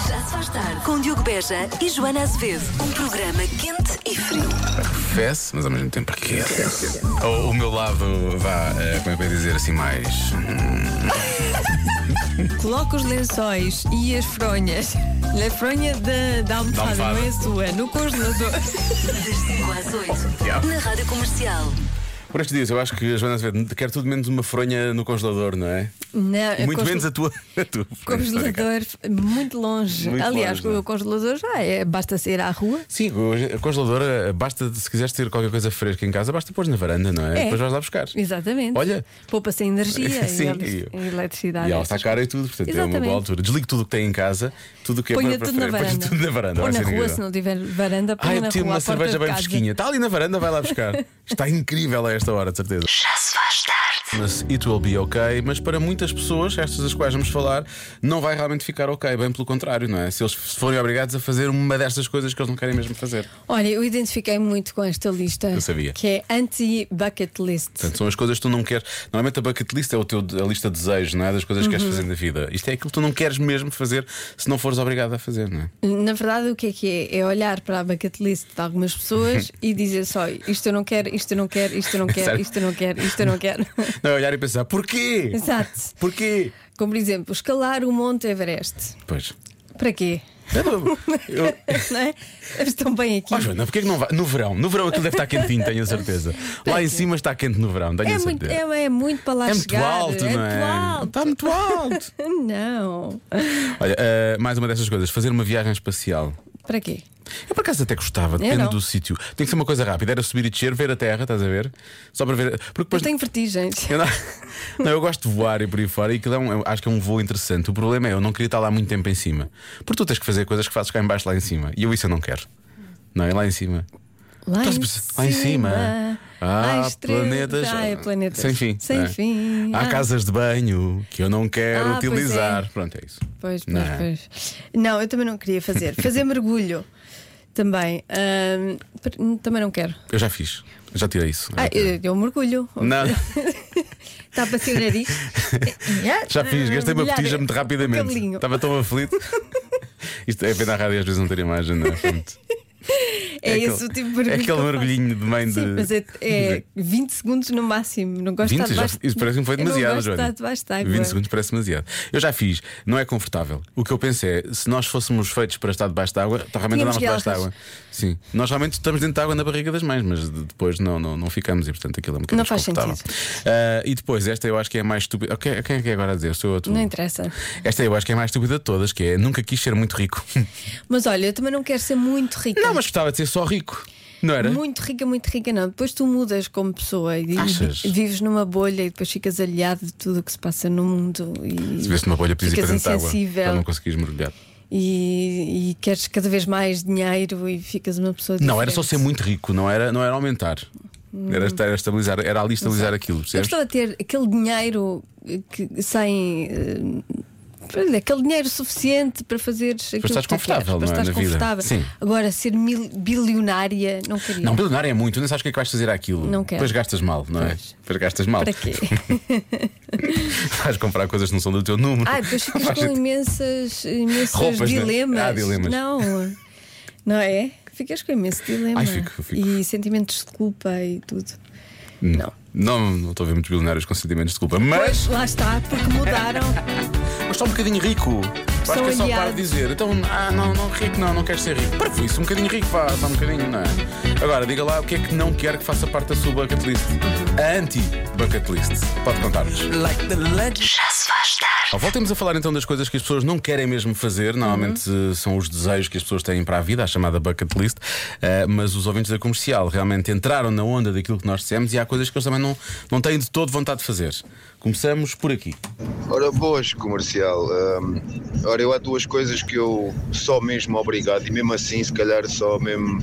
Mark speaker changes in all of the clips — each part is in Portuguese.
Speaker 1: faz tarde com Diogo Beja e Joana Azevedo. Um programa quente e frio.
Speaker 2: Fesse, mas ao mesmo tempo aquece. O, o meu lado, vá, eh, como é que eu ia dizer assim, mais. hum.
Speaker 3: Coloca os lençóis e as fronhas. A fronha da, da almofada,
Speaker 2: Da almofada.
Speaker 3: não é a sua, no congelador.
Speaker 1: Das 5 às 8.
Speaker 2: Yeah.
Speaker 1: Na rádio comercial.
Speaker 2: Por estes dias, eu acho que a Joana Azevedo quer tudo menos uma fronha no congelador, não é?
Speaker 3: Não,
Speaker 2: Muito
Speaker 3: congel-
Speaker 2: menos a tua. A tua fronha histórica.
Speaker 3: Congelador muito longe.
Speaker 2: Muito
Speaker 3: Aliás,
Speaker 2: longe, não é?
Speaker 3: o congelador já é, basta sair à rua.
Speaker 2: Sim, hoje, a congeladora, basta, se quiseres ter qualquer coisa fresca em casa, basta pôr na varanda, não é?
Speaker 3: É.
Speaker 2: Depois vais lá buscar.
Speaker 3: Exatamente.
Speaker 2: Olha.
Speaker 3: Poupa-se energia
Speaker 2: Sim,
Speaker 3: e, ele-
Speaker 2: e-
Speaker 3: e eletricidade.
Speaker 2: E ela está cara e tudo, portanto é uma
Speaker 3: Exatamente.
Speaker 2: boa altura. Desligo tudo o que tem em casa, tudo o que é
Speaker 3: Ponha
Speaker 2: para,
Speaker 3: tudo na
Speaker 2: para
Speaker 3: varanda.
Speaker 2: tudo na varanda.
Speaker 3: Ou
Speaker 2: vai
Speaker 3: na
Speaker 2: ser
Speaker 3: rua,
Speaker 2: incrível.
Speaker 3: se não tiver varanda, põe
Speaker 2: Ai,
Speaker 3: na
Speaker 2: tem
Speaker 3: rua.
Speaker 2: uma
Speaker 3: à porta
Speaker 2: cerveja
Speaker 3: de
Speaker 2: bem
Speaker 3: casa.
Speaker 2: fresquinha. Está ali na varanda, vai lá buscar. Está incrível a esta hora, de certeza.
Speaker 1: Já se faz tarde.
Speaker 2: Mas It Will Be OK, mas para muitas pessoas, estas das quais vamos falar, não vai realmente ficar ok, bem pelo contrário, não é? Se eles forem obrigados a fazer uma destas coisas que eles não querem mesmo fazer.
Speaker 3: Olha, eu identifiquei muito com esta lista.
Speaker 2: Eu sabia.
Speaker 3: Que é anti-bucket list.
Speaker 2: Portanto, são as coisas que tu não queres. Normalmente a bucket list é o teu, a lista de desejos, não é? Das coisas que
Speaker 3: Uhum.
Speaker 2: queres fazer na vida. Isto é aquilo que tu não queres mesmo fazer se não fores obrigado a fazer, não é?
Speaker 3: Na verdade, o que é que é? É olhar para a bucket list de algumas pessoas e dizer só isto eu não quero, isto eu não quero, isto eu não quero,
Speaker 2: Sério?
Speaker 3: isto eu não quero, isto eu não quero.
Speaker 2: Não é olhar e pensar, porquê?
Speaker 3: Exato.
Speaker 2: Porquê?
Speaker 3: Como por exemplo, escalar o Monte Everest.
Speaker 2: Pois.
Speaker 3: Para quê?
Speaker 2: Eu, eu,
Speaker 3: Não é? Estão bem aqui.
Speaker 2: Ó Joana, porquê que não vai? No verão, no verão aquilo deve estar quentinho, tenho a certeza. Lá em cima está quente no verão, tenho
Speaker 3: É
Speaker 2: a
Speaker 3: muito,
Speaker 2: certeza.
Speaker 3: é, é muito para lá
Speaker 2: É muito
Speaker 3: chegar.
Speaker 2: alto,
Speaker 3: é
Speaker 2: não é?
Speaker 3: muito
Speaker 2: Está muito alto.
Speaker 3: alto. Não.
Speaker 2: Olha, eh, mais uma dessas coisas, fazer uma viagem espacial.
Speaker 3: Para quê?
Speaker 2: Eu por acaso até gostava, depende
Speaker 3: não.
Speaker 2: do sítio. Tem que ser uma coisa rápida, era subir e descer, ver a Terra, estás a ver? Só para ver. Porque
Speaker 3: Eu
Speaker 2: depois.
Speaker 3: tenho vertigens.
Speaker 2: Eu não... não, eu gosto de voar e por aí fora, e aquilo é um, eu acho que é um voo interessante. O problema é eu não queria estar lá muito tempo em cima. Porque tu tens que fazer coisas que fazes cá em baixo, lá em cima. E eu isso eu não quero. Não, é lá em cima.
Speaker 3: Lá,
Speaker 2: Estás
Speaker 3: em
Speaker 2: a
Speaker 3: cima,
Speaker 2: perce- lá em cima.
Speaker 3: Há
Speaker 2: Há
Speaker 3: estrelas,
Speaker 2: planetas,
Speaker 3: há planetas
Speaker 2: sem fim.
Speaker 3: Sem
Speaker 2: não é?
Speaker 3: fim.
Speaker 2: Há casas de banho que eu não quero
Speaker 3: Ah, pois
Speaker 2: utilizar.
Speaker 3: é.
Speaker 2: Pronto, é isso.
Speaker 3: Pois, pois,
Speaker 2: Não é?
Speaker 3: pois. Não, eu também não queria fazer. Fazer mergulho também. Ahm, per- também não quero.
Speaker 2: Eu já fiz. Eu Já tirei isso.
Speaker 3: Ah, eu, eu mergulho.
Speaker 2: Não.
Speaker 3: Está para ser o nariz.
Speaker 2: Já fiz, gastei uma
Speaker 3: Mergulhar
Speaker 2: petija
Speaker 3: é-
Speaker 2: muito
Speaker 3: o
Speaker 2: rapidamente. Tá,
Speaker 3: cabelinho.
Speaker 2: Estava tão aflito. Isto é pena a rádio às vezes não ter imagem, não é? Pronto.
Speaker 3: É,
Speaker 2: aquele-
Speaker 3: esse o tipo de mergulho.
Speaker 2: É
Speaker 3: que eu
Speaker 2: aquele
Speaker 3: faço.
Speaker 2: mergulhinho de mãe de.
Speaker 3: Sim, mas é, é 20 segundos no máximo. Não gosto
Speaker 2: 20,
Speaker 3: de estar
Speaker 2: já-
Speaker 3: debaixo.
Speaker 2: isso parece-me foi
Speaker 3: Eu não
Speaker 2: demasiado,
Speaker 3: gosto de
Speaker 2: Joana.
Speaker 3: estar debaixo de água.
Speaker 2: 20 segundos parece demasiado. Eu já fiz, não é confortável. O que eu penso é, se nós fôssemos feitos para estar debaixo de água, tá, realmente
Speaker 3: Tínhamos
Speaker 2: andávamos debaixo de
Speaker 3: guelras.
Speaker 2: água. Sim. Nós realmente estamos dentro de água na barriga das mães, mas de- depois não, não, não ficamos e portanto aquilo é um bocadinho
Speaker 3: Não faz
Speaker 2: desconfortável. Ah, e depois, esta eu acho que é a mais estúpida. Ok, Quem é que é agora a dizer? Sou eu ou tu?
Speaker 3: Não interessa.
Speaker 2: Esta eu acho que é a mais estúpida de todas, que é nunca quis ser muito rico.
Speaker 3: Mas olha, eu também não quero ser muito rica.
Speaker 2: Não, mas gostava de ser só rico, não era?
Speaker 3: Muito rica, muito rica, não. Depois tu mudas como pessoa e vi-
Speaker 2: Achas?
Speaker 3: vives numa bolha e depois ficas aliado de tudo o que se passa no mundo
Speaker 2: Se
Speaker 3: e,
Speaker 2: tivesse uma bolha, podias ir para
Speaker 3: Ficas
Speaker 2: dentro de água
Speaker 3: insensível.
Speaker 2: para não conseguires mergulhar.
Speaker 3: e- e queres cada vez mais dinheiro e ficas uma pessoa diferente. Hum.
Speaker 2: Não, era só ser muito rico, não era, não era aumentar. Era, esta- era estabilizar, era ali estabilizar aquilo,
Speaker 3: Eu
Speaker 2: percebes?
Speaker 3: gostava de ter aquele dinheiro eh, que, sem. eh, pronto, Aquele dinheiro suficiente para fazer aquilo
Speaker 2: estares
Speaker 3: que tu queres,
Speaker 2: confortável, não é,
Speaker 3: para estares
Speaker 2: na vida.
Speaker 3: confortável.
Speaker 2: Sim.
Speaker 3: Agora, ser mil- bilionária não queria.
Speaker 2: Não, bilionário é muito, nem sabes o que é que vais fazer aquilo.
Speaker 3: Não quero.
Speaker 2: Depois gastas mal, não é?
Speaker 3: Pois.
Speaker 2: Depois gastas mal.
Speaker 3: Para quê?
Speaker 2: Vais comprar coisas que não são do teu número.
Speaker 3: Ah, depois ficas
Speaker 2: Faz
Speaker 3: com
Speaker 2: sentido.
Speaker 3: imensas, imensos
Speaker 2: Roupas, né?
Speaker 3: dilemas.
Speaker 2: Ah, dilemas.
Speaker 3: Não, não é? Ficas com imenso dilema.
Speaker 2: Ai, fico, fico. Hum.
Speaker 3: E sentimentos de culpa e tudo. Não.
Speaker 2: Não, não estou a ver muitos bilionários com sentimentos de culpa, mas,
Speaker 3: Pois, lá está, porque mudaram.
Speaker 2: mas só um bocadinho rico. Acho
Speaker 3: São
Speaker 2: que é só para
Speaker 3: aliados.
Speaker 2: dizer. Então, ah, não, não, rico não, não queres ser rico. Para com isso, um bocadinho rico, vá, só um bocadinho, não é? Agora, diga lá o que é que não quer que faça parte da sua bucket list. A anti-bucket list. Pode contar-nos.
Speaker 1: Já se faz tarde.
Speaker 2: Ó, Voltemos a falar então das coisas que as pessoas não querem mesmo fazer. Normalmente eh, são os desejos que as pessoas têm para a vida, a chamada bucket list. Eh, mas os ouvintes da comercial realmente entraram na onda daquilo que nós dissemos e há coisas que eles também não, não têm de todo vontade de fazer. Começamos por aqui.
Speaker 4: Ora, boas, comercial. Hum, ora, eu há duas coisas que eu só mesmo obrigado, e mesmo assim, se calhar, só mesmo.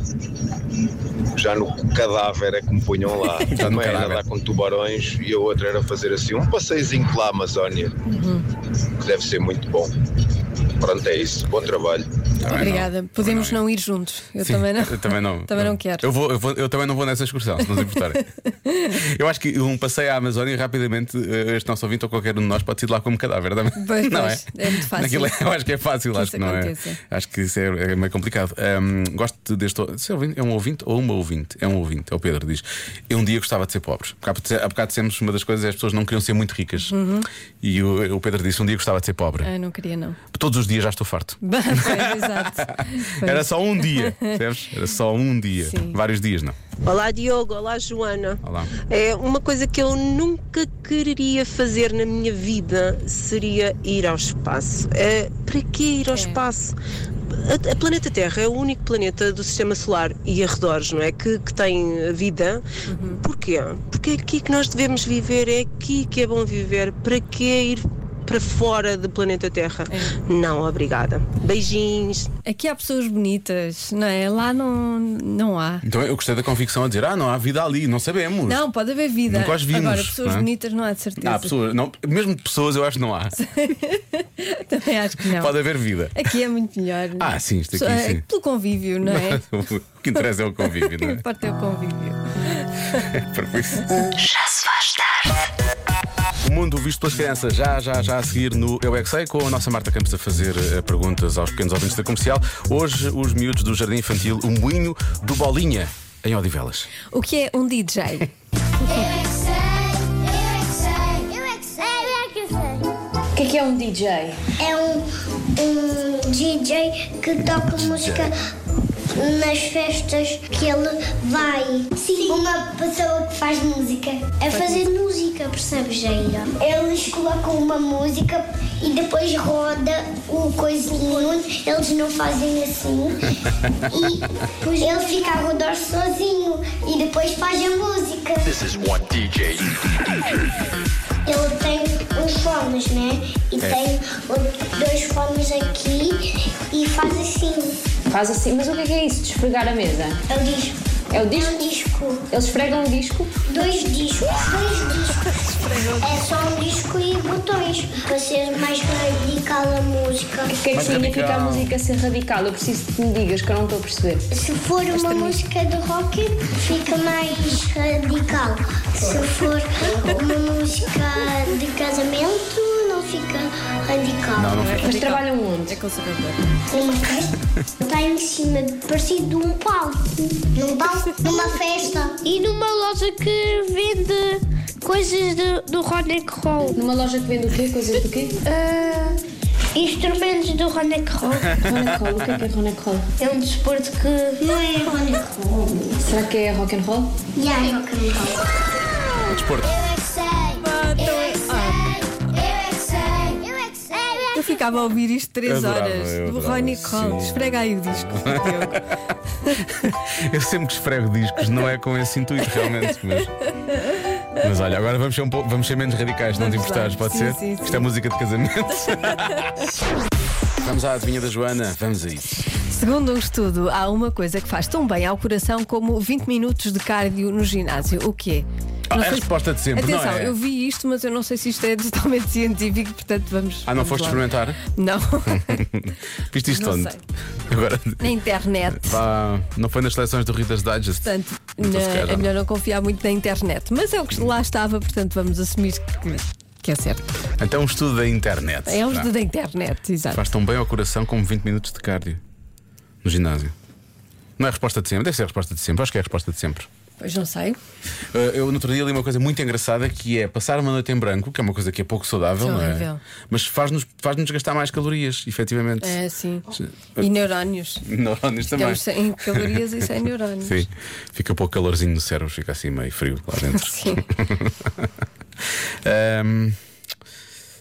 Speaker 4: Já no cadáver é que me punham lá.
Speaker 2: Já no
Speaker 4: Uma era
Speaker 2: cadáver.
Speaker 4: nadar com tubarões e a outra era fazer assim um passeiozinho
Speaker 5: Uhum.
Speaker 4: pela Amazónia, que deve ser muito bom. Pronto, é isso. Bom trabalho.
Speaker 2: Também Tá não.
Speaker 3: Obrigada.
Speaker 2: Também
Speaker 3: Podemos
Speaker 2: não
Speaker 3: não ir juntos. Eu
Speaker 2: Sim,
Speaker 3: também não.
Speaker 2: Eu também não.
Speaker 3: também não quero.
Speaker 2: Eu, vou, eu, vou- eu também não vou nessa excursão, se não se importarem. eu acho que um passeio à Amazónia rapidamente, eh, este nosso ouvinte ou qualquer um de nós pode ir lá como cadáver também.
Speaker 3: Pois,
Speaker 2: não
Speaker 3: pois, é muito fácil.
Speaker 2: Naquilo é- eu acho que é fácil,
Speaker 3: Que
Speaker 2: acho
Speaker 3: isso
Speaker 2: que não
Speaker 3: aconteça.
Speaker 2: é. Acho que isso é, é meio complicado. Ahm, gosto deste. se é ouvinte- é um ouvinte ou uma ouvinte? É um ouvinte, é o Pedro, diz. Eu um dia gostava de ser pobre. Porque Há bocado- há bocado dissemos uma das coisas é as pessoas não queriam ser muito ricas.
Speaker 3: Uhum.
Speaker 2: E o, o Pedro disse: um dia gostava de ser pobre.
Speaker 3: Ah, não queria, não.
Speaker 2: Todos os dias já estou farto.
Speaker 3: Pois, exato. Pois.
Speaker 2: Era só um dia, percebes? Era só um dia.
Speaker 3: Sim.
Speaker 2: Vários dias, não.
Speaker 6: Olá Diogo, olá Joana.
Speaker 2: Olá.
Speaker 6: É uma coisa que eu nunca quereria fazer na minha vida seria ir ao espaço. É, para que ir ao espaço? A, a planeta Terra é o único planeta do Sistema Solar e arredores, não é? Que, que tem vida. Porquê? Porque é aqui que nós devemos viver, é aqui que é bom viver. Para que ir para fora do planeta Terra? Não, obrigada. Beijinhos.
Speaker 3: Aqui há pessoas bonitas, não é? Lá não, não há.
Speaker 2: Então eu gostei da convicção a dizer: ah, não há vida ali, não sabemos.
Speaker 3: Não, pode haver vida.
Speaker 2: Nunca as vimos,
Speaker 3: Agora, pessoas
Speaker 2: não é?
Speaker 3: bonitas não há de certeza.
Speaker 2: Há pessoas, não, mesmo pessoas eu acho que não há.
Speaker 3: Também acho que não.
Speaker 2: Pode haver vida.
Speaker 3: Aqui é muito melhor. não é?
Speaker 2: Ah, sim, isto aqui,
Speaker 3: Só-
Speaker 2: sim.
Speaker 3: Pelo convívio, não é?
Speaker 2: o que interessa é o convívio, não é?
Speaker 3: Pode ter o convívio.
Speaker 2: Porque isso-
Speaker 1: Já se faz tarde.
Speaker 2: O mundo visto pelas crianças, já, já, já a seguir no Eu é que Sei, com a nossa Marta Campos a fazer eh, perguntas aos pequenos ouvintes da comercial. Hoje, os miúdos do Jardim Infantil, o Moinho do Bolinha, em Odivelas.
Speaker 3: O que é um DJ?
Speaker 7: O que é, um DJ?
Speaker 8: É um, um DJ que toca música nas festas que ele vai. Sim. Uma pessoa que faz música. É fazer música, percebes, Jaira? Eles colocam uma música e depois roda o coisinho. Eles não fazem assim. e depois ele fica a rodar sozinho e depois faz a música. Ele tem uns fones, né? E
Speaker 2: É.
Speaker 8: tem o- dois fones aqui e faz assim.
Speaker 7: Faz assim, mas o que é, que é isso de esfregar a mesa?
Speaker 8: É o disco.
Speaker 7: É o
Speaker 8: É um
Speaker 7: disco?
Speaker 8: disco.
Speaker 7: Eles esfregam o disco?
Speaker 8: Dois discos. Dois discos. É só um disco e botões. Para ser mais radical a música.
Speaker 7: O que é que significa a música ser radical? Eu preciso que me digas que eu não estou a perceber.
Speaker 8: Se for uma música de rock, fica mais radical. Se for uma música de casamento, não fica radical.
Speaker 2: Não, não fica.
Speaker 7: Mas trabalham onde?
Speaker 3: É conservador.
Speaker 8: Uma festa está em cima, de- parecido de um palco. Num palco, numa festa.
Speaker 9: E numa loja que vende coisas de- do Ronic Roll.
Speaker 7: Numa loja que vende o quê? Coisas do quê?
Speaker 9: Ah, instrumentos do Ronic Roll.
Speaker 7: Rock and roll. O que é que é rock and roll?
Speaker 9: É um desporto que.
Speaker 8: Não é rock and roll.
Speaker 7: Será que é rock and roll?
Speaker 8: Yeah, é rock and roll.
Speaker 2: Desporto.
Speaker 8: é
Speaker 9: é
Speaker 3: Eu ficava a ouvir isto 3
Speaker 2: Adorava,
Speaker 3: horas.
Speaker 2: eu
Speaker 3: Do
Speaker 2: adorava,
Speaker 3: Ronnie
Speaker 2: sim.
Speaker 3: Coll. Esfrega aí o disco. Diogo.
Speaker 2: Eu sempre que esfrego discos, não é com esse intuito, realmente. Mas, mas olha, agora vamos ser, um pouco, vamos ser menos radicais, se não te
Speaker 3: Vamos lá.
Speaker 2: importares, pode
Speaker 3: Sim,
Speaker 2: ser?
Speaker 3: sim, sim.
Speaker 2: Isto é música de casamento. vamos à adivinha da Joana, vamos aí.
Speaker 3: Segundo um estudo, há uma coisa que faz tão bem ao coração como 20 minutos de cardio no ginásio. O quê?
Speaker 2: Ah,
Speaker 3: Não
Speaker 2: é a
Speaker 3: sei-
Speaker 2: resposta de sempre,
Speaker 3: Atenção,
Speaker 2: não é?
Speaker 3: eu vi isto, mas eu não sei se isto é totalmente científico, portanto vamos.
Speaker 2: Ah, não
Speaker 3: vamos
Speaker 2: foste
Speaker 3: lá.
Speaker 2: experimentar?
Speaker 3: Não,
Speaker 2: Viste isto
Speaker 3: Não
Speaker 2: onde?
Speaker 3: sei.
Speaker 2: Agora.
Speaker 3: na internet.
Speaker 2: Pá, não foi nas seleções do Rita's Digest.
Speaker 3: Portanto,
Speaker 2: Então, se
Speaker 3: na-
Speaker 2: calhar,
Speaker 3: é
Speaker 2: não.
Speaker 3: melhor não confiar muito na internet. Mas é o que lá estava, portanto vamos assumir que, que é certo.
Speaker 2: Então, um estudo da internet.
Speaker 3: É um
Speaker 2: Vá.
Speaker 3: estudo da internet, exato.
Speaker 2: Faz tão bem ao coração como 20 minutos de cardio no ginásio. Não é a resposta de sempre, deve ser a resposta de sempre. Acho que é a resposta de sempre.
Speaker 3: Pois não sei.
Speaker 2: Uh, eu no outro dia li uma coisa muito engraçada que é passar uma noite em branco, que é uma coisa que é pouco saudável,
Speaker 3: Isso é
Speaker 2: não é?
Speaker 3: horrível.
Speaker 2: Mas faz-nos faz gastar mais calorias, efetivamente.
Speaker 3: É, sim.
Speaker 2: Se-
Speaker 3: E neurónios.
Speaker 2: Neurónios também.
Speaker 3: Ficamos sem calorias e sem neurónios.
Speaker 2: Sim, fica pouco calorzinho no cérebro, fica assim meio frio lá dentro.
Speaker 3: Sim.
Speaker 2: Ahm, Ehm,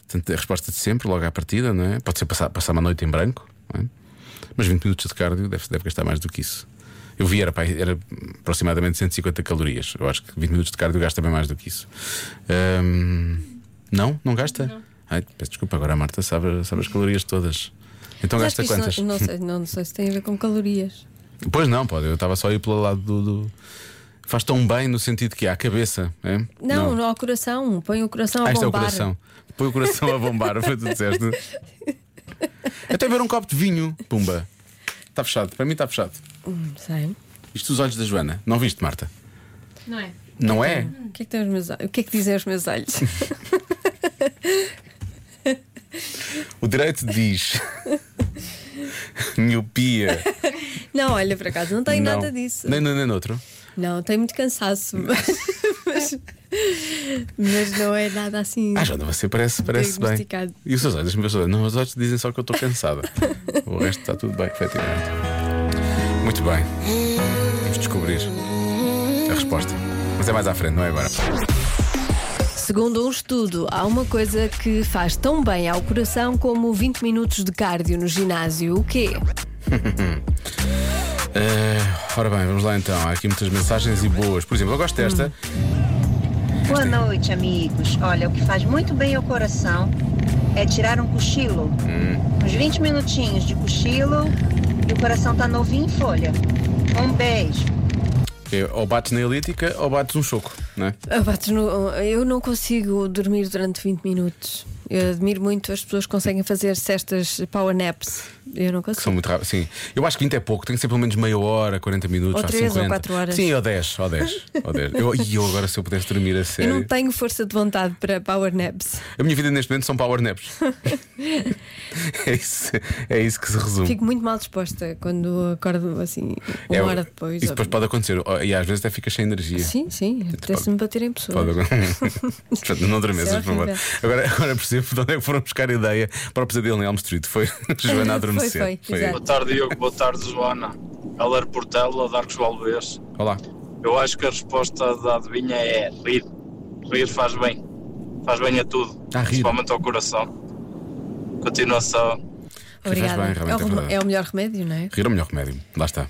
Speaker 2: portanto, a resposta de sempre, logo à partida, não é? Pode ser passar, passar uma noite em branco, não é? mas 20 minutos de cardio deve, deve gastar mais do que isso. Eu vi, era, pá, era aproximadamente 150 calorias. Eu acho que 20 minutos de cardio gasta bem mais do que isso. Ahm, não? Não gasta? Ai, peço desculpa, agora a Marta sabe, sabe as calorias todas. Então
Speaker 3: Mas acho
Speaker 2: gasta
Speaker 3: que
Speaker 2: quantas?
Speaker 3: isto Não, não, sei, não sei se tem a ver com calorias.
Speaker 2: Pois não, pode. Eu estava só aí pelo lado do. do- Faz tão bem no sentido que há a cabeça. É?
Speaker 3: Não, não ao coração. Põe o coração
Speaker 2: Ah,
Speaker 3: a
Speaker 2: isto é o
Speaker 3: bombar.
Speaker 2: coração. Põe o coração a bombar, foi o que tu disseste. Até ver um copo de vinho, pumba. Está fechado. Para mim está fechado.
Speaker 3: Hum, Sei.
Speaker 2: Isto os olhos da Joana. Não viste, Marta?
Speaker 10: Não é?
Speaker 2: Não é?
Speaker 3: O que é que tem os meus olhos? O que é que dizem os meus olhos?
Speaker 2: O direito diz. Miopia.
Speaker 3: não, olha, por acaso, não tem
Speaker 2: Não.
Speaker 3: nada disso.
Speaker 2: Nem, nem, nem outro.
Speaker 3: Não, tem muito cansaço, mas, mas, mas não é nada assim.
Speaker 2: Ah, Joana, você parece, parece bem.
Speaker 3: Diagnosticado.
Speaker 2: E os seus olhos, os meus olhos. Não, os olhos dizem só que eu estou cansada. o resto está tudo bem, efetivamente. Muito bem. Vamos descobrir a resposta. Mas é mais à frente, não é agora.
Speaker 3: Segundo um estudo, há uma coisa que faz tão bem ao coração como 20 minutos de cardio no ginásio. O quê?
Speaker 2: Eh, ora bem, vamos lá então. Há aqui muitas mensagens e boas. Por exemplo, eu gosto desta.
Speaker 11: Boa noite, amigos. Olha, o que faz muito bem ao coração é tirar um cochilo.
Speaker 12: Hum.
Speaker 11: Uns 20 minutinhos de cochilo e o coração tá novinho em folha. Um beijo.
Speaker 2: Que é, ou bates na elítica ou bates um choco, não é?
Speaker 3: Ah, bates no- Eu não consigo dormir durante 20 minutos. Eu admiro muito as pessoas que conseguem fazer cestas power naps. Eu não
Speaker 2: São
Speaker 3: consigo.
Speaker 2: muito rápido, sim. Eu acho que 20 é pouco, tem que ser pelo menos meia hora, 40 minutos,
Speaker 3: Ou
Speaker 2: às
Speaker 3: três ou
Speaker 2: 50.
Speaker 3: quatro horas.
Speaker 2: Sim, ou 10, ou 10. ou 10. Eu, e eu agora, se eu pudesse dormir a
Speaker 3: Eu
Speaker 2: sério.
Speaker 3: não tenho força de vontade para power naps.
Speaker 2: A minha vida neste momento são power naps. é, isso, é isso que se resume.
Speaker 3: Fico muito mal disposta quando acordo assim uma
Speaker 2: é,
Speaker 3: hora depois.
Speaker 2: Isso
Speaker 3: ou-
Speaker 2: depois pode acontecer. Ó, E às vezes até ficas sem energia.
Speaker 3: Sim, sim, apetece-me bater em pessoas.
Speaker 2: Pode Portanto, não
Speaker 3: Isso é
Speaker 2: adormeças, por favor.
Speaker 3: horrível.
Speaker 2: Agora, agora percebo de onde é que foram buscar a ideia para o pesadelo em Elm Street. Foi Joana a adormecer.
Speaker 3: Foi, foi, exato.
Speaker 12: Boa tarde, Diogo. Boa tarde, Joana. Heller Portela, Darcos Valdez.
Speaker 2: Olá.
Speaker 12: Eu acho que a resposta da adivinha é rir. Rir faz bem. Faz bem a tudo.
Speaker 2: Ah, rir.
Speaker 12: Principalmente ao coração. Continuação.
Speaker 3: Obrigada.
Speaker 2: bem, realmente
Speaker 3: é,
Speaker 2: é
Speaker 3: o rem-
Speaker 2: verdade.
Speaker 3: é o melhor remédio, não é?
Speaker 2: Rir é o melhor remédio. Lá está.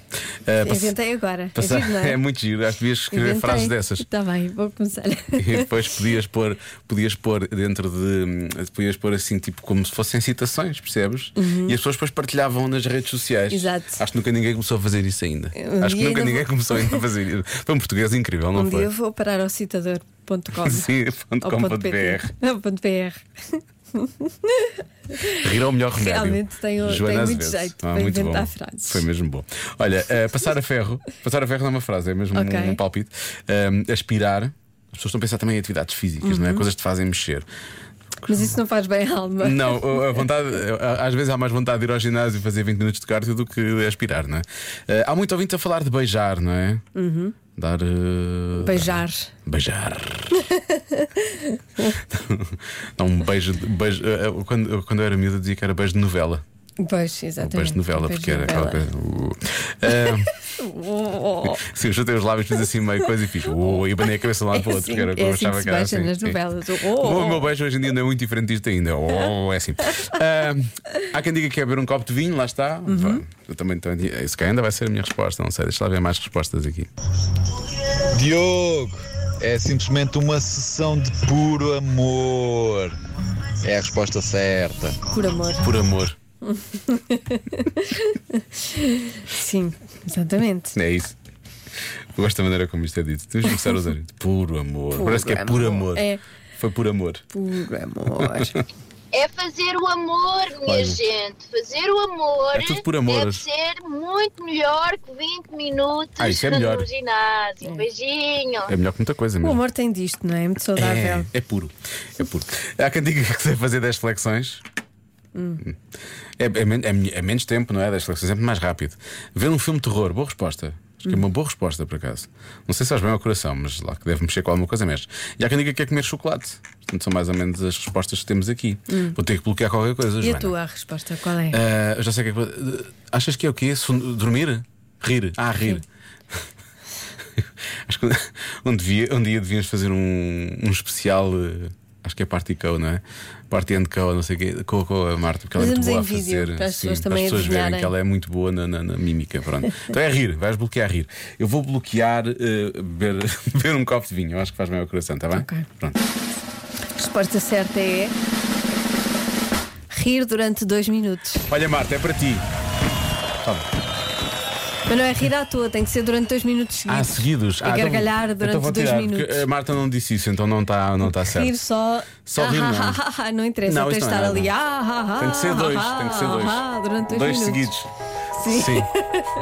Speaker 2: Ah, passe-
Speaker 3: Inventei agora.
Speaker 2: passar-
Speaker 3: É giro, não é?
Speaker 2: é muito giro. Acho que devias escrever
Speaker 3: Inventei.
Speaker 2: frases dessas.
Speaker 3: Está bem, vou começar.
Speaker 2: E depois podias pôr, podias pôr dentro de. Podias pôr assim, tipo, como se fossem citações, percebes? E as pessoas depois partilhavam nas redes sociais.
Speaker 3: Uhum. Exato.
Speaker 2: Acho que nunca ninguém começou a fazer isso ainda.
Speaker 3: Um
Speaker 2: Acho que
Speaker 3: dia
Speaker 2: nunca
Speaker 3: ainda
Speaker 2: ninguém
Speaker 3: vou-
Speaker 2: começou ainda a fazer isso. Foi um português incrível, não
Speaker 3: um
Speaker 2: foi?
Speaker 3: dia vou parar ao citador.com.
Speaker 2: Sim, ponto
Speaker 3: Ou
Speaker 2: com,
Speaker 3: ponto
Speaker 2: ponto
Speaker 3: PT.
Speaker 2: BR.
Speaker 3: Ou ponto .br.
Speaker 2: Rir é o melhor remédio.
Speaker 3: Realmente tem- tem
Speaker 2: Joana
Speaker 3: muito
Speaker 2: Azevedo.
Speaker 3: jeito para
Speaker 2: muito
Speaker 3: inventar
Speaker 2: bom.
Speaker 3: frases.
Speaker 2: Foi mesmo bom. Olha, eh, passar a ferro. Passar a ferro não é uma frase, é mesmo
Speaker 3: Ok.
Speaker 2: um, um palpite. Eh, aspirar. As pessoas estão a pensar também em atividades físicas, não é?
Speaker 3: Uhum.
Speaker 2: Coisas que te fazem mexer.
Speaker 3: Mas isso não faz bem à alma.
Speaker 2: Não, a vontade, a- às vezes há mais vontade de ir ao ginásio e fazer 20 minutos de cardio do que aspirar, não é? Eh, há muito ouvinte a falar de beijar, não é?
Speaker 3: Uhum.
Speaker 2: Dar. eh,
Speaker 3: Beijar.
Speaker 2: Beijar. Dá um beijo. de- beijo eh, eh, quando, eu- quando eu era miúdo, dizia que era beijo de novela.
Speaker 3: Pois,
Speaker 2: Ou
Speaker 3: exatamente.
Speaker 2: beijo de novela,
Speaker 3: Beijo
Speaker 2: porque
Speaker 3: de
Speaker 2: era aquela
Speaker 3: novela.
Speaker 2: coisa. Uh. Ah,
Speaker 3: Oh, oh, oh.
Speaker 2: sim, eu chutei os lábios, fiz assim meio coisa e fiz. Uh, e banei a cabeça de um lado para o outro.
Speaker 3: É
Speaker 2: que era
Speaker 3: assim-
Speaker 2: como
Speaker 3: é
Speaker 2: eu
Speaker 3: assim
Speaker 2: achava
Speaker 3: que se
Speaker 2: que era
Speaker 3: beija
Speaker 2: assim,
Speaker 3: nas
Speaker 2: sim.
Speaker 3: novelas. Oh,
Speaker 2: O
Speaker 3: oh.
Speaker 2: meu beijo hoje em dia não é muito diferente disto ainda. Oh, é assim. Ah, há quem diga que é beber um copo de vinho, lá está.
Speaker 3: Uhum.
Speaker 2: Vá, Eu também, também, isso que ainda vai ser a minha resposta, não sei. Deixa lá ver mais respostas aqui.
Speaker 5: Diogo, é simplesmente uma sessão de puro amor. É a resposta certa.
Speaker 3: Por amor.
Speaker 2: Por amor.
Speaker 3: Sim, exatamente.
Speaker 2: É isso. Eu gosto da maneira como isto é dito. Temos que começar a usar isto. Puro amor. Parece que é por amor.
Speaker 3: É.
Speaker 2: Foi por amor.
Speaker 3: Por amor.
Speaker 13: É fazer o amor, minha
Speaker 2: Olha.
Speaker 13: gente. Fazer o amor,
Speaker 2: É tudo por amor.
Speaker 13: deve ser muito melhor que 20 minutos
Speaker 2: Ah, isso é melhor.
Speaker 13: no ginásio. Beijinho.
Speaker 2: É melhor que muita coisa
Speaker 3: O
Speaker 2: mesmo.
Speaker 3: amor tem disto, não é? É muito saudável.
Speaker 2: É, é puro. É puro. Há quem diga que deve fazer 10 flexões. É, é men- é men- é menos tempo, não é? 10 flexões é muito mais rápido. Ver um filme de terror, boa resposta. Acho que é uma boa resposta, por acaso. Não sei se faz bem ao coração, mas lá que deve mexer com alguma coisa mexe. E há quem diga que é comer chocolate. Portanto, são mais ou menos as respostas que temos aqui. Vou ter que bloquear qualquer coisa,
Speaker 3: Hum. E
Speaker 2: Joana.
Speaker 3: a tua resposta qual é?
Speaker 2: Ah, eu já sei o que é que. Achas que é o quê? Son- Dormir? Rir? Ah, rir. acho que um dia, um dia devias fazer um, um especial. eh, Acho que é Party Co, não é? Party and Co, não sei o quê. Co, co, a Marta, porque ela é muito
Speaker 3: Fazemos
Speaker 2: boa a
Speaker 3: em vídeo,
Speaker 2: fazer.
Speaker 3: para as pessoas
Speaker 2: para
Speaker 3: também
Speaker 2: as pessoas verem
Speaker 3: adivinharem.
Speaker 2: que ela é muito boa na, na- na mímica. Pronto. Então é rir, vais bloquear rir. Eu vou bloquear eh, beber, beber um copo de vinho, eu acho que faz bem ao coração, está bem?
Speaker 3: Ok.
Speaker 2: Pronto.
Speaker 3: A resposta certa é. Rir durante dois minutos.
Speaker 2: Olha, Marta, é para ti.
Speaker 3: Mas não é rir à toa, tem que ser durante dois minutos
Speaker 2: Ah,
Speaker 3: seguidos.
Speaker 2: seguidos.
Speaker 3: É
Speaker 2: ah, então-
Speaker 3: gargalhar durante
Speaker 2: então vou
Speaker 3: dois
Speaker 2: tirar,
Speaker 3: minutos.
Speaker 2: porque A Marta não disse isso, então não está não tá certo.
Speaker 3: Rir só.
Speaker 2: Só rir,
Speaker 3: ah,
Speaker 2: não.
Speaker 3: ah, ah, ah, não interessa,
Speaker 2: Não,
Speaker 3: tens de
Speaker 2: isso não é
Speaker 3: estar
Speaker 2: nada.
Speaker 3: ali. Ah, ah, ah,
Speaker 2: Tem que ser dois,
Speaker 3: ah,
Speaker 2: tem que ser dois.
Speaker 3: ah, ah, durante dois,
Speaker 2: dois
Speaker 3: minutos.
Speaker 2: seguidos.
Speaker 3: Sim.
Speaker 2: Sim.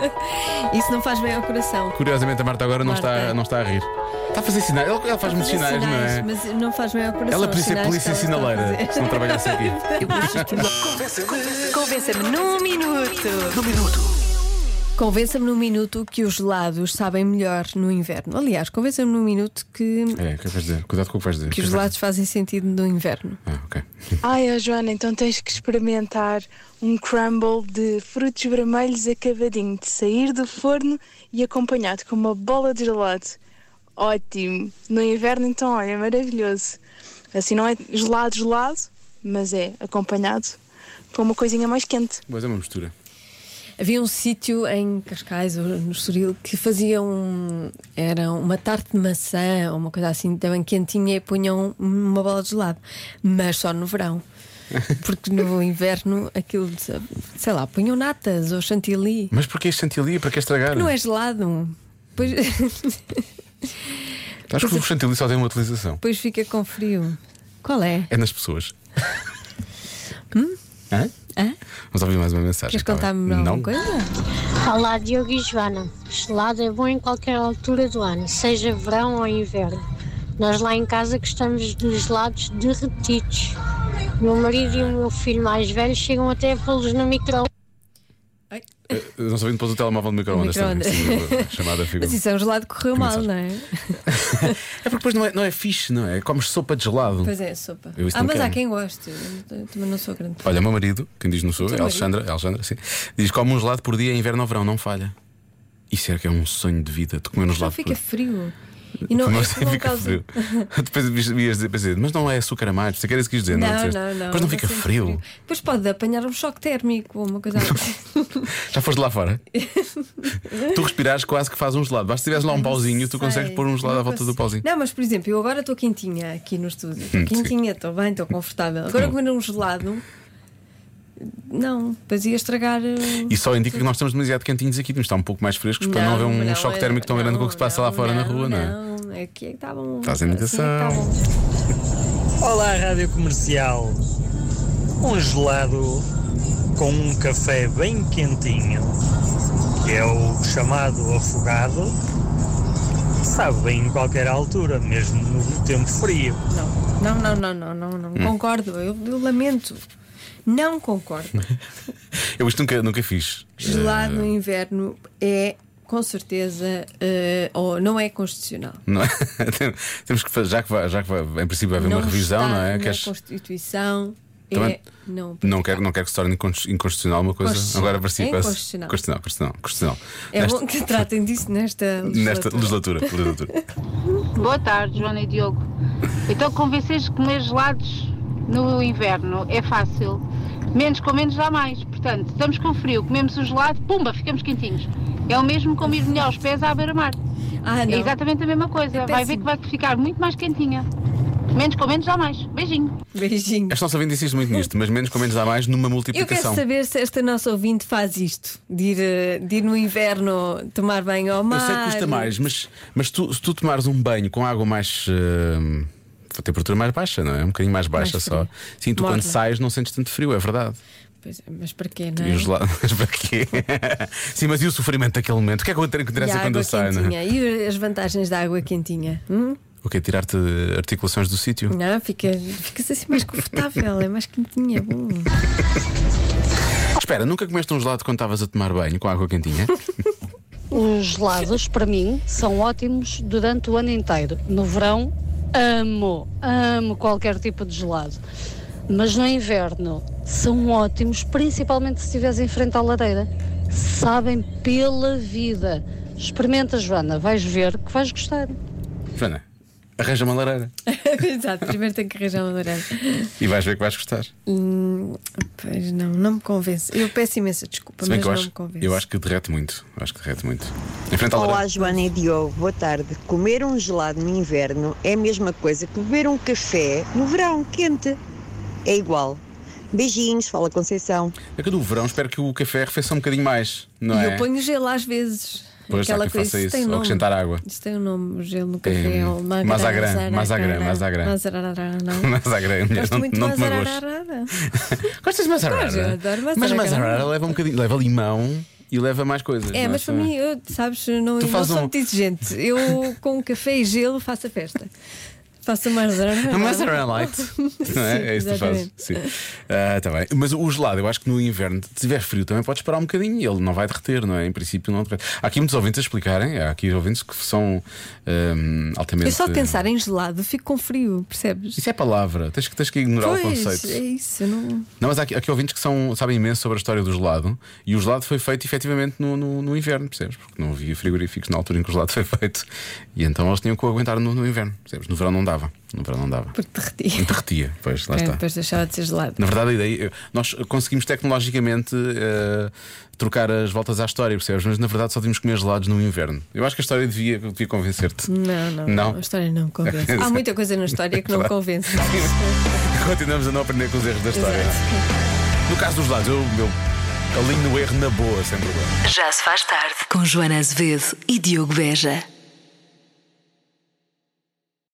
Speaker 3: Isso não faz bem ao coração.
Speaker 2: Curiosamente, a Marta agora não,
Speaker 3: Marta. Tá
Speaker 2: está, não está a rir. Está a fazer sinais. Ela, ela faz muitos
Speaker 3: Fazer
Speaker 2: sinais, não é?
Speaker 3: Mas não faz bem ao coração.
Speaker 2: Ela podia
Speaker 3: os
Speaker 2: ser
Speaker 3: sinais
Speaker 2: polícia
Speaker 3: que ela está a
Speaker 2: sinaleira,
Speaker 3: fazer.
Speaker 2: se não trabalhasse aqui. É,
Speaker 3: Eu Convença-me Convença-me num minuto. Num minuto. Convença-me num minuto que os gelados sabem melhor no inverno. Aliás, convença-me num minuto
Speaker 2: É,
Speaker 3: que,
Speaker 2: o que é que vais dizer? Cuidado com o que vais dizer. Ah,
Speaker 3: que os gelados fazem sentido no inverno.
Speaker 10: Ai, ó Joana, então tens que experimentar um crumble de frutos vermelhos acabadinho de sair do forno e acompanhado com uma bola de gelado. Ótimo! No inverno, então, olha, é maravilhoso. Assim não é gelado, gelado, mas é acompanhado com uma coisinha mais quente.
Speaker 2: Mas é uma mistura.
Speaker 3: Havia um sítio em Cascais, ou no Estoril, que faziam um- era uma tarte de maçã ou uma coisa assim, também quentinha e punham uma bola de gelado, mas só no verão. Porque no inverno aquilo, de- sei lá, punham natas ou chantilly.
Speaker 2: Mas porquê este chantilly? Para que estragar?
Speaker 3: Não é gelado. Pois,
Speaker 2: Acho
Speaker 3: é.
Speaker 2: que o chantilly só tem uma utilização.
Speaker 3: pois fica com frio. Qual é?
Speaker 2: É nas pessoas.
Speaker 3: Hum?
Speaker 2: Hã?
Speaker 3: Hã?
Speaker 2: Vamos ouvir mais uma mensagem.
Speaker 14: Queres
Speaker 2: tá bem?
Speaker 14: contar-me
Speaker 2: não?
Speaker 14: alguma Olá, Diogo e Joana. Gelado é bom em qualquer altura do ano, seja verão ou inverno. Nós lá em casa gostamos dos gelados derretidos. O Meu marido e o meu filho mais velho chegam até a pô-los no micro-ondas.
Speaker 2: Eh, Não só vim depois o telemóvel do microondas também. Sim, a chamada ficou.
Speaker 3: Mas isso é um gelado que correu mal, não é?
Speaker 2: É porque depois não é, não é fixe, não é? Comes sopa de gelado.
Speaker 3: Pois é, sopa.
Speaker 2: Eu isso
Speaker 3: ah,
Speaker 2: não
Speaker 3: mas
Speaker 2: quero.
Speaker 3: há quem goste. Eu não- também não sou grande. fã.
Speaker 2: Olha, o meu marido, quem diz no
Speaker 3: O
Speaker 2: sou,
Speaker 3: teu
Speaker 2: é Alexandra, é Alexandra, sim, diz: come um gelado por dia, inverno ou verão, não falha. Isso é que é um sonho de vida, de comer um
Speaker 3: Só
Speaker 2: gelado.
Speaker 3: fica
Speaker 2: por-
Speaker 3: frio. é
Speaker 2: Como
Speaker 3: isso
Speaker 2: assim fica frio? Depois ias dizer, pensei, mas não é açúcar a mais, você quer isso que quis dizer, não,
Speaker 3: Não,
Speaker 2: disseste?
Speaker 3: não, não,
Speaker 2: Depois não
Speaker 3: não
Speaker 2: fica
Speaker 3: sinto
Speaker 2: frio.
Speaker 3: Depois pode apanhar um choque térmico ou uma coisa assim.
Speaker 2: Já foste lá fora? tu respirares quase que faz um gelado. Basta se tiveres lá um pauzinho, tu
Speaker 3: Sei,
Speaker 2: consegues pôr um gelado
Speaker 3: não
Speaker 2: à volta do
Speaker 3: consigo.
Speaker 2: pauzinho.
Speaker 3: Não, mas por exemplo, eu agora estou quentinha aqui no estúdio. Estou
Speaker 2: Hum, sim. Hum.
Speaker 3: quentinha, estou bem, estou confortável. Agora
Speaker 2: Bom.
Speaker 3: comer um gelado. Não, depois ia estragar. uh,
Speaker 2: E só indica que nós estamos demasiado quentinhos aqui, temos de estar um pouco mais frescos para não haver um choque
Speaker 3: é-
Speaker 2: térmico tão grande com o que se passa lá fora na rua, não, é?
Speaker 3: Não, é que assim, está bom.
Speaker 2: Estás em negação.
Speaker 3: um-
Speaker 15: Olá, Rádio Comercial. Um gelado com um café bem quentinho, que é o chamado afogado, sabe bem em qualquer altura, mesmo no tempo frio.
Speaker 3: Não, não, não, não, não, não.
Speaker 2: Hum.
Speaker 3: Concordo, eu, eu lamento. Não concordo.
Speaker 2: Eu isto nunca, nunca fiz. Eh,
Speaker 3: Gelado no inverno é, com certeza, eh, ou não é constitucional.
Speaker 2: Não é? Temos que fazer, já que, vai, já que vai, em princípio vai haver
Speaker 3: não
Speaker 2: uma revisão,
Speaker 3: está
Speaker 2: não é?
Speaker 3: Na
Speaker 2: Queres-
Speaker 3: Constituição
Speaker 2: Também-
Speaker 3: é não.
Speaker 2: não, quero, não quero que se torne incons- inconstitucional uma coisa.
Speaker 3: Constitucional.
Speaker 2: Agora parecia
Speaker 3: É
Speaker 2: quase.
Speaker 3: inconstitucional.
Speaker 2: Constitucional, constitucional, constitucional.
Speaker 3: É
Speaker 2: Nesta-
Speaker 3: bom que tratem disso nesta
Speaker 2: Nesta legislatura. legislatura.
Speaker 16: Boa tarde, Joana e Diogo. Então convenceres que comer gelados no inverno é fácil. Menos com menos dá mais. Portanto, estamos com frio, comemos o gelado, pumba, ficamos quentinhos. É o mesmo como ir molhar os pés à beira-mar. é
Speaker 3: Ah, não.
Speaker 16: exatamente a mesma
Speaker 17: É
Speaker 16: coisa. vai ver que vai ficar muito mais quentinha. Menos com menos dá mais. Beijinho.
Speaker 3: Beijinho.
Speaker 2: Esta nossa ouvinte insiste muito nisto, mas menos com menos dá mais numa
Speaker 3: Eu quero
Speaker 2: multiplicação.
Speaker 3: saber se esta nossa ouvinte faz isto: de ir, eh, de ir no inverno tomar banho ao mar.
Speaker 2: Eu sei que custa mais, mas, mas tu- se tu tomares um banho com água mais. eh, com temperatura mais baixa, não é? Um bocadinho mais baixa só. Sim, tu
Speaker 3: Morna.
Speaker 2: quando sais não sentes tanto frio, é verdade.
Speaker 3: Pois é, mas para quê, não é?
Speaker 2: E os gelados, mas para quê? Sim, mas e o sofrimento daquele momento? O que é que eu tenho que
Speaker 3: E a
Speaker 2: interessa quando
Speaker 3: água
Speaker 2: eu saio, não é?
Speaker 3: quentinha. E as vantagens da água quentinha? Hum?
Speaker 2: O quê? Tirar-te articulações do sítio?
Speaker 3: Não, fica- fica-se assim mais confortável, é mais quentinha. Bom.
Speaker 2: Espera, nunca comeste um gelado quando estavas a tomar banho com água quentinha?
Speaker 17: Os gelados, para mim, são ótimos durante o ano inteiro. Ah, No verão, amo, amo qualquer tipo de gelado. Mas no inverno, são ótimos, principalmente se estiveres em frente à lareira. Sabem pela vida. Experimenta, Joana, vais ver que vais gostar.
Speaker 2: Joana, arranja uma lareira
Speaker 3: Exato, primeiro tenho que arranjar um uma dourada.
Speaker 2: e vais ver que vais gostar.
Speaker 3: Hum, pois não, não me convence. Eu peço imensa desculpa,
Speaker 2: Se bem
Speaker 3: mas
Speaker 2: que eu
Speaker 3: não
Speaker 2: acho,
Speaker 3: me convence.
Speaker 2: eu acho que derrete muito. Acho que derrete muito. Em frente à
Speaker 18: Olá,
Speaker 2: lareira.
Speaker 18: Joana e Diogo, boa tarde. Comer um gelado no inverno é a mesma coisa que beber um café no verão, quente. É igual. Beijinhos, fala Conceição.
Speaker 2: É que do verão espero que o café arrefeça um bocadinho mais, não
Speaker 3: e
Speaker 2: é?
Speaker 3: eu ponho gelo às vezes.
Speaker 2: Pois, há
Speaker 3: Aquela
Speaker 2: quem
Speaker 3: coisa
Speaker 2: faça
Speaker 3: isso
Speaker 2: isso,
Speaker 3: tem
Speaker 2: ou
Speaker 3: nome.
Speaker 2: acrescentar água.
Speaker 3: Isto tem o nome, gelo no café,
Speaker 2: Tem-
Speaker 3: ou magrã,
Speaker 2: mas à grã,
Speaker 3: zarará,
Speaker 2: mas à grã,
Speaker 3: zarará,
Speaker 2: mas à grã.
Speaker 3: mas zarará, não.
Speaker 2: Mas à grã, mulher,
Speaker 3: Gosto
Speaker 2: não-
Speaker 3: muito
Speaker 2: não
Speaker 3: de
Speaker 2: te magoes.
Speaker 3: mazararara.
Speaker 2: Gostas de
Speaker 3: Gosto, eu
Speaker 2: mazarara?
Speaker 3: adoro
Speaker 2: Mas
Speaker 3: mazarara.
Speaker 2: mazarara leva um bocadinho, leva limão e e leva mais coisas.
Speaker 3: É,
Speaker 2: não
Speaker 3: mas para
Speaker 2: Também.
Speaker 3: mim, eu, sabes,
Speaker 2: Tu
Speaker 3: não, eu não
Speaker 2: fazes
Speaker 3: sou
Speaker 2: um-
Speaker 3: muito exigente. Eu com café e gelo faço a festa. Faço a marzarana.
Speaker 2: A mozzarella light. Não é? é isso que tu fazes. Sim. Ah, tá bem. Mas o gelado, eu acho que no inverno, se tiver frio, também pode esperar um bocadinho e ele não vai derreter, não é? Em princípio, não derrete. Há aqui muitos ouvintes a explicarem, há aqui ouvintes que são ahm, altamente.
Speaker 3: Eu só de pensar em gelado fico com frio, percebes?
Speaker 2: Isso é palavra, tens que, tens que ignorar o
Speaker 3: Pois,
Speaker 2: conceito.
Speaker 3: é isso. eu não...
Speaker 2: Não, mas há aqui, há aqui ouvintes que são, sabem imenso sobre a história do gelado e o gelado foi feito efetivamente no, no- no inverno, percebes? Porque não havia frigoríficos na altura em que o gelado foi feito e então eles tinham que o aguentar no, no inverno, percebes? No verão não dava, no verão não dava.
Speaker 3: Porque derretia.
Speaker 2: Derretia, pois, lá
Speaker 3: É,
Speaker 2: está.
Speaker 3: depois deixava de ser gelado.
Speaker 2: Na verdade, a ideia, nós conseguimos tecnologicamente eh, trocar as voltas à história, percebes? Mas na verdade só tínhamos que comer gelados no inverno. Eu acho que a história devia, devia convencer-te.
Speaker 3: Não, não, não,
Speaker 2: Não. É
Speaker 3: A história não me convence. Há muita coisa na história que não me convence.
Speaker 2: Continuamos a não aprender com os erros da história. No caso dos gelados, eu, eu alinho o erro na boa, sem problema.
Speaker 1: Já se faz tarde. Com Joana Azevedo e Diogo Beja.